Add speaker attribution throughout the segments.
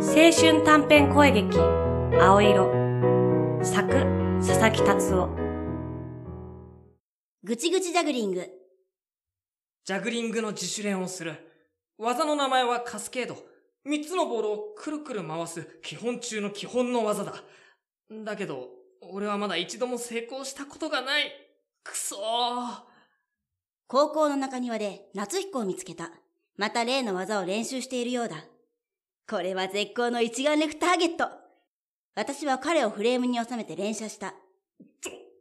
Speaker 1: 青春短編声劇青色作佐々木達夫
Speaker 2: ぐちぐちジャグリング。
Speaker 3: ジャグリングの自主練をする。技の名前はカスケード。三つのボールをくるくる回す基本中の基本の技だ。だけど、俺はまだ一度も成功したことがない。くそー。
Speaker 2: 高校の中庭で夏彦を見つけた。また例の技を練習しているようだ。これは絶好の一眼レフターゲット。私は彼をフレームに収めて連射した。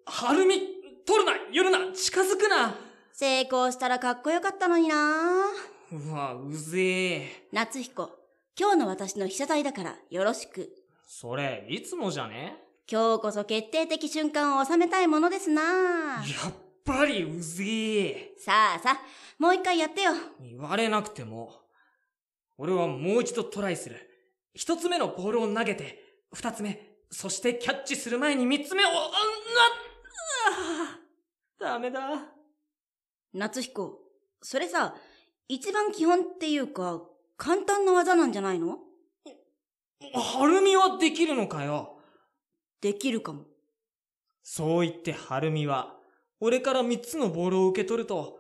Speaker 3: はるみ、取るな、寄るな、近づくな。
Speaker 2: 成功したらかっこよかったのにな
Speaker 3: うわ、うぜえ。
Speaker 2: 夏彦、今日の私の被写体だからよろしく。
Speaker 3: それ、いつもじゃね
Speaker 2: 今日こそ決定的瞬間を収めたいものですな
Speaker 3: やっぱりうぜえ。
Speaker 2: さあさあ、もう一回やってよ。
Speaker 3: 言われなくても。俺はもう一度トライする。一つ目のボールを投げて、二つ目、そしてキャッチする前に三つ目を、あな、あーダメだ。
Speaker 2: 夏彦、それさ、一番基本っていうか、簡単な技なんじゃないの
Speaker 3: はるみはできるのかよ。
Speaker 2: できるかも。
Speaker 3: そう言ってはるみは、俺から三つのボールを受け取ると、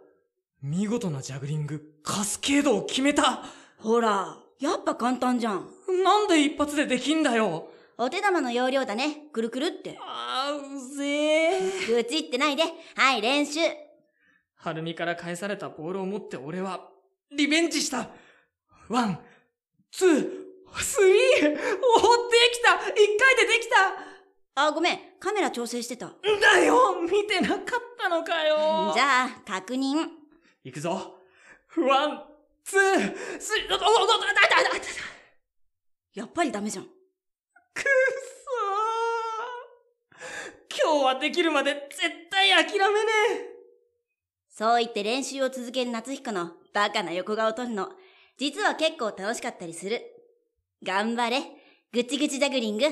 Speaker 3: 見事なジャグリング、カスケードを決めた
Speaker 2: ほら、やっぱ簡単じゃん。
Speaker 3: なんで一発でできんだよ
Speaker 2: お手玉の要領だね。くるくるって。
Speaker 3: あー、うぜえ。
Speaker 2: 愚痴ってないで。はい、練習。
Speaker 3: はるみから返されたボールを持って俺は、リベンジしたワン、ツー、スリーおーできた一回でできた
Speaker 2: あ、ごめん。カメラ調整してた。
Speaker 3: んだよ見てなかったのかよ
Speaker 2: じゃあ、確認。
Speaker 3: 行くぞワン、ツー、スリー、おおおおだだだだだくそ
Speaker 2: やっぱりダメじゃん。
Speaker 3: ー今日はできるまで絶対諦めね
Speaker 2: そう言って練習を続ける夏彦のバカな横顔を撮るの。実は結構楽しかったりする。頑張れ。ぐちぐちジャグリング。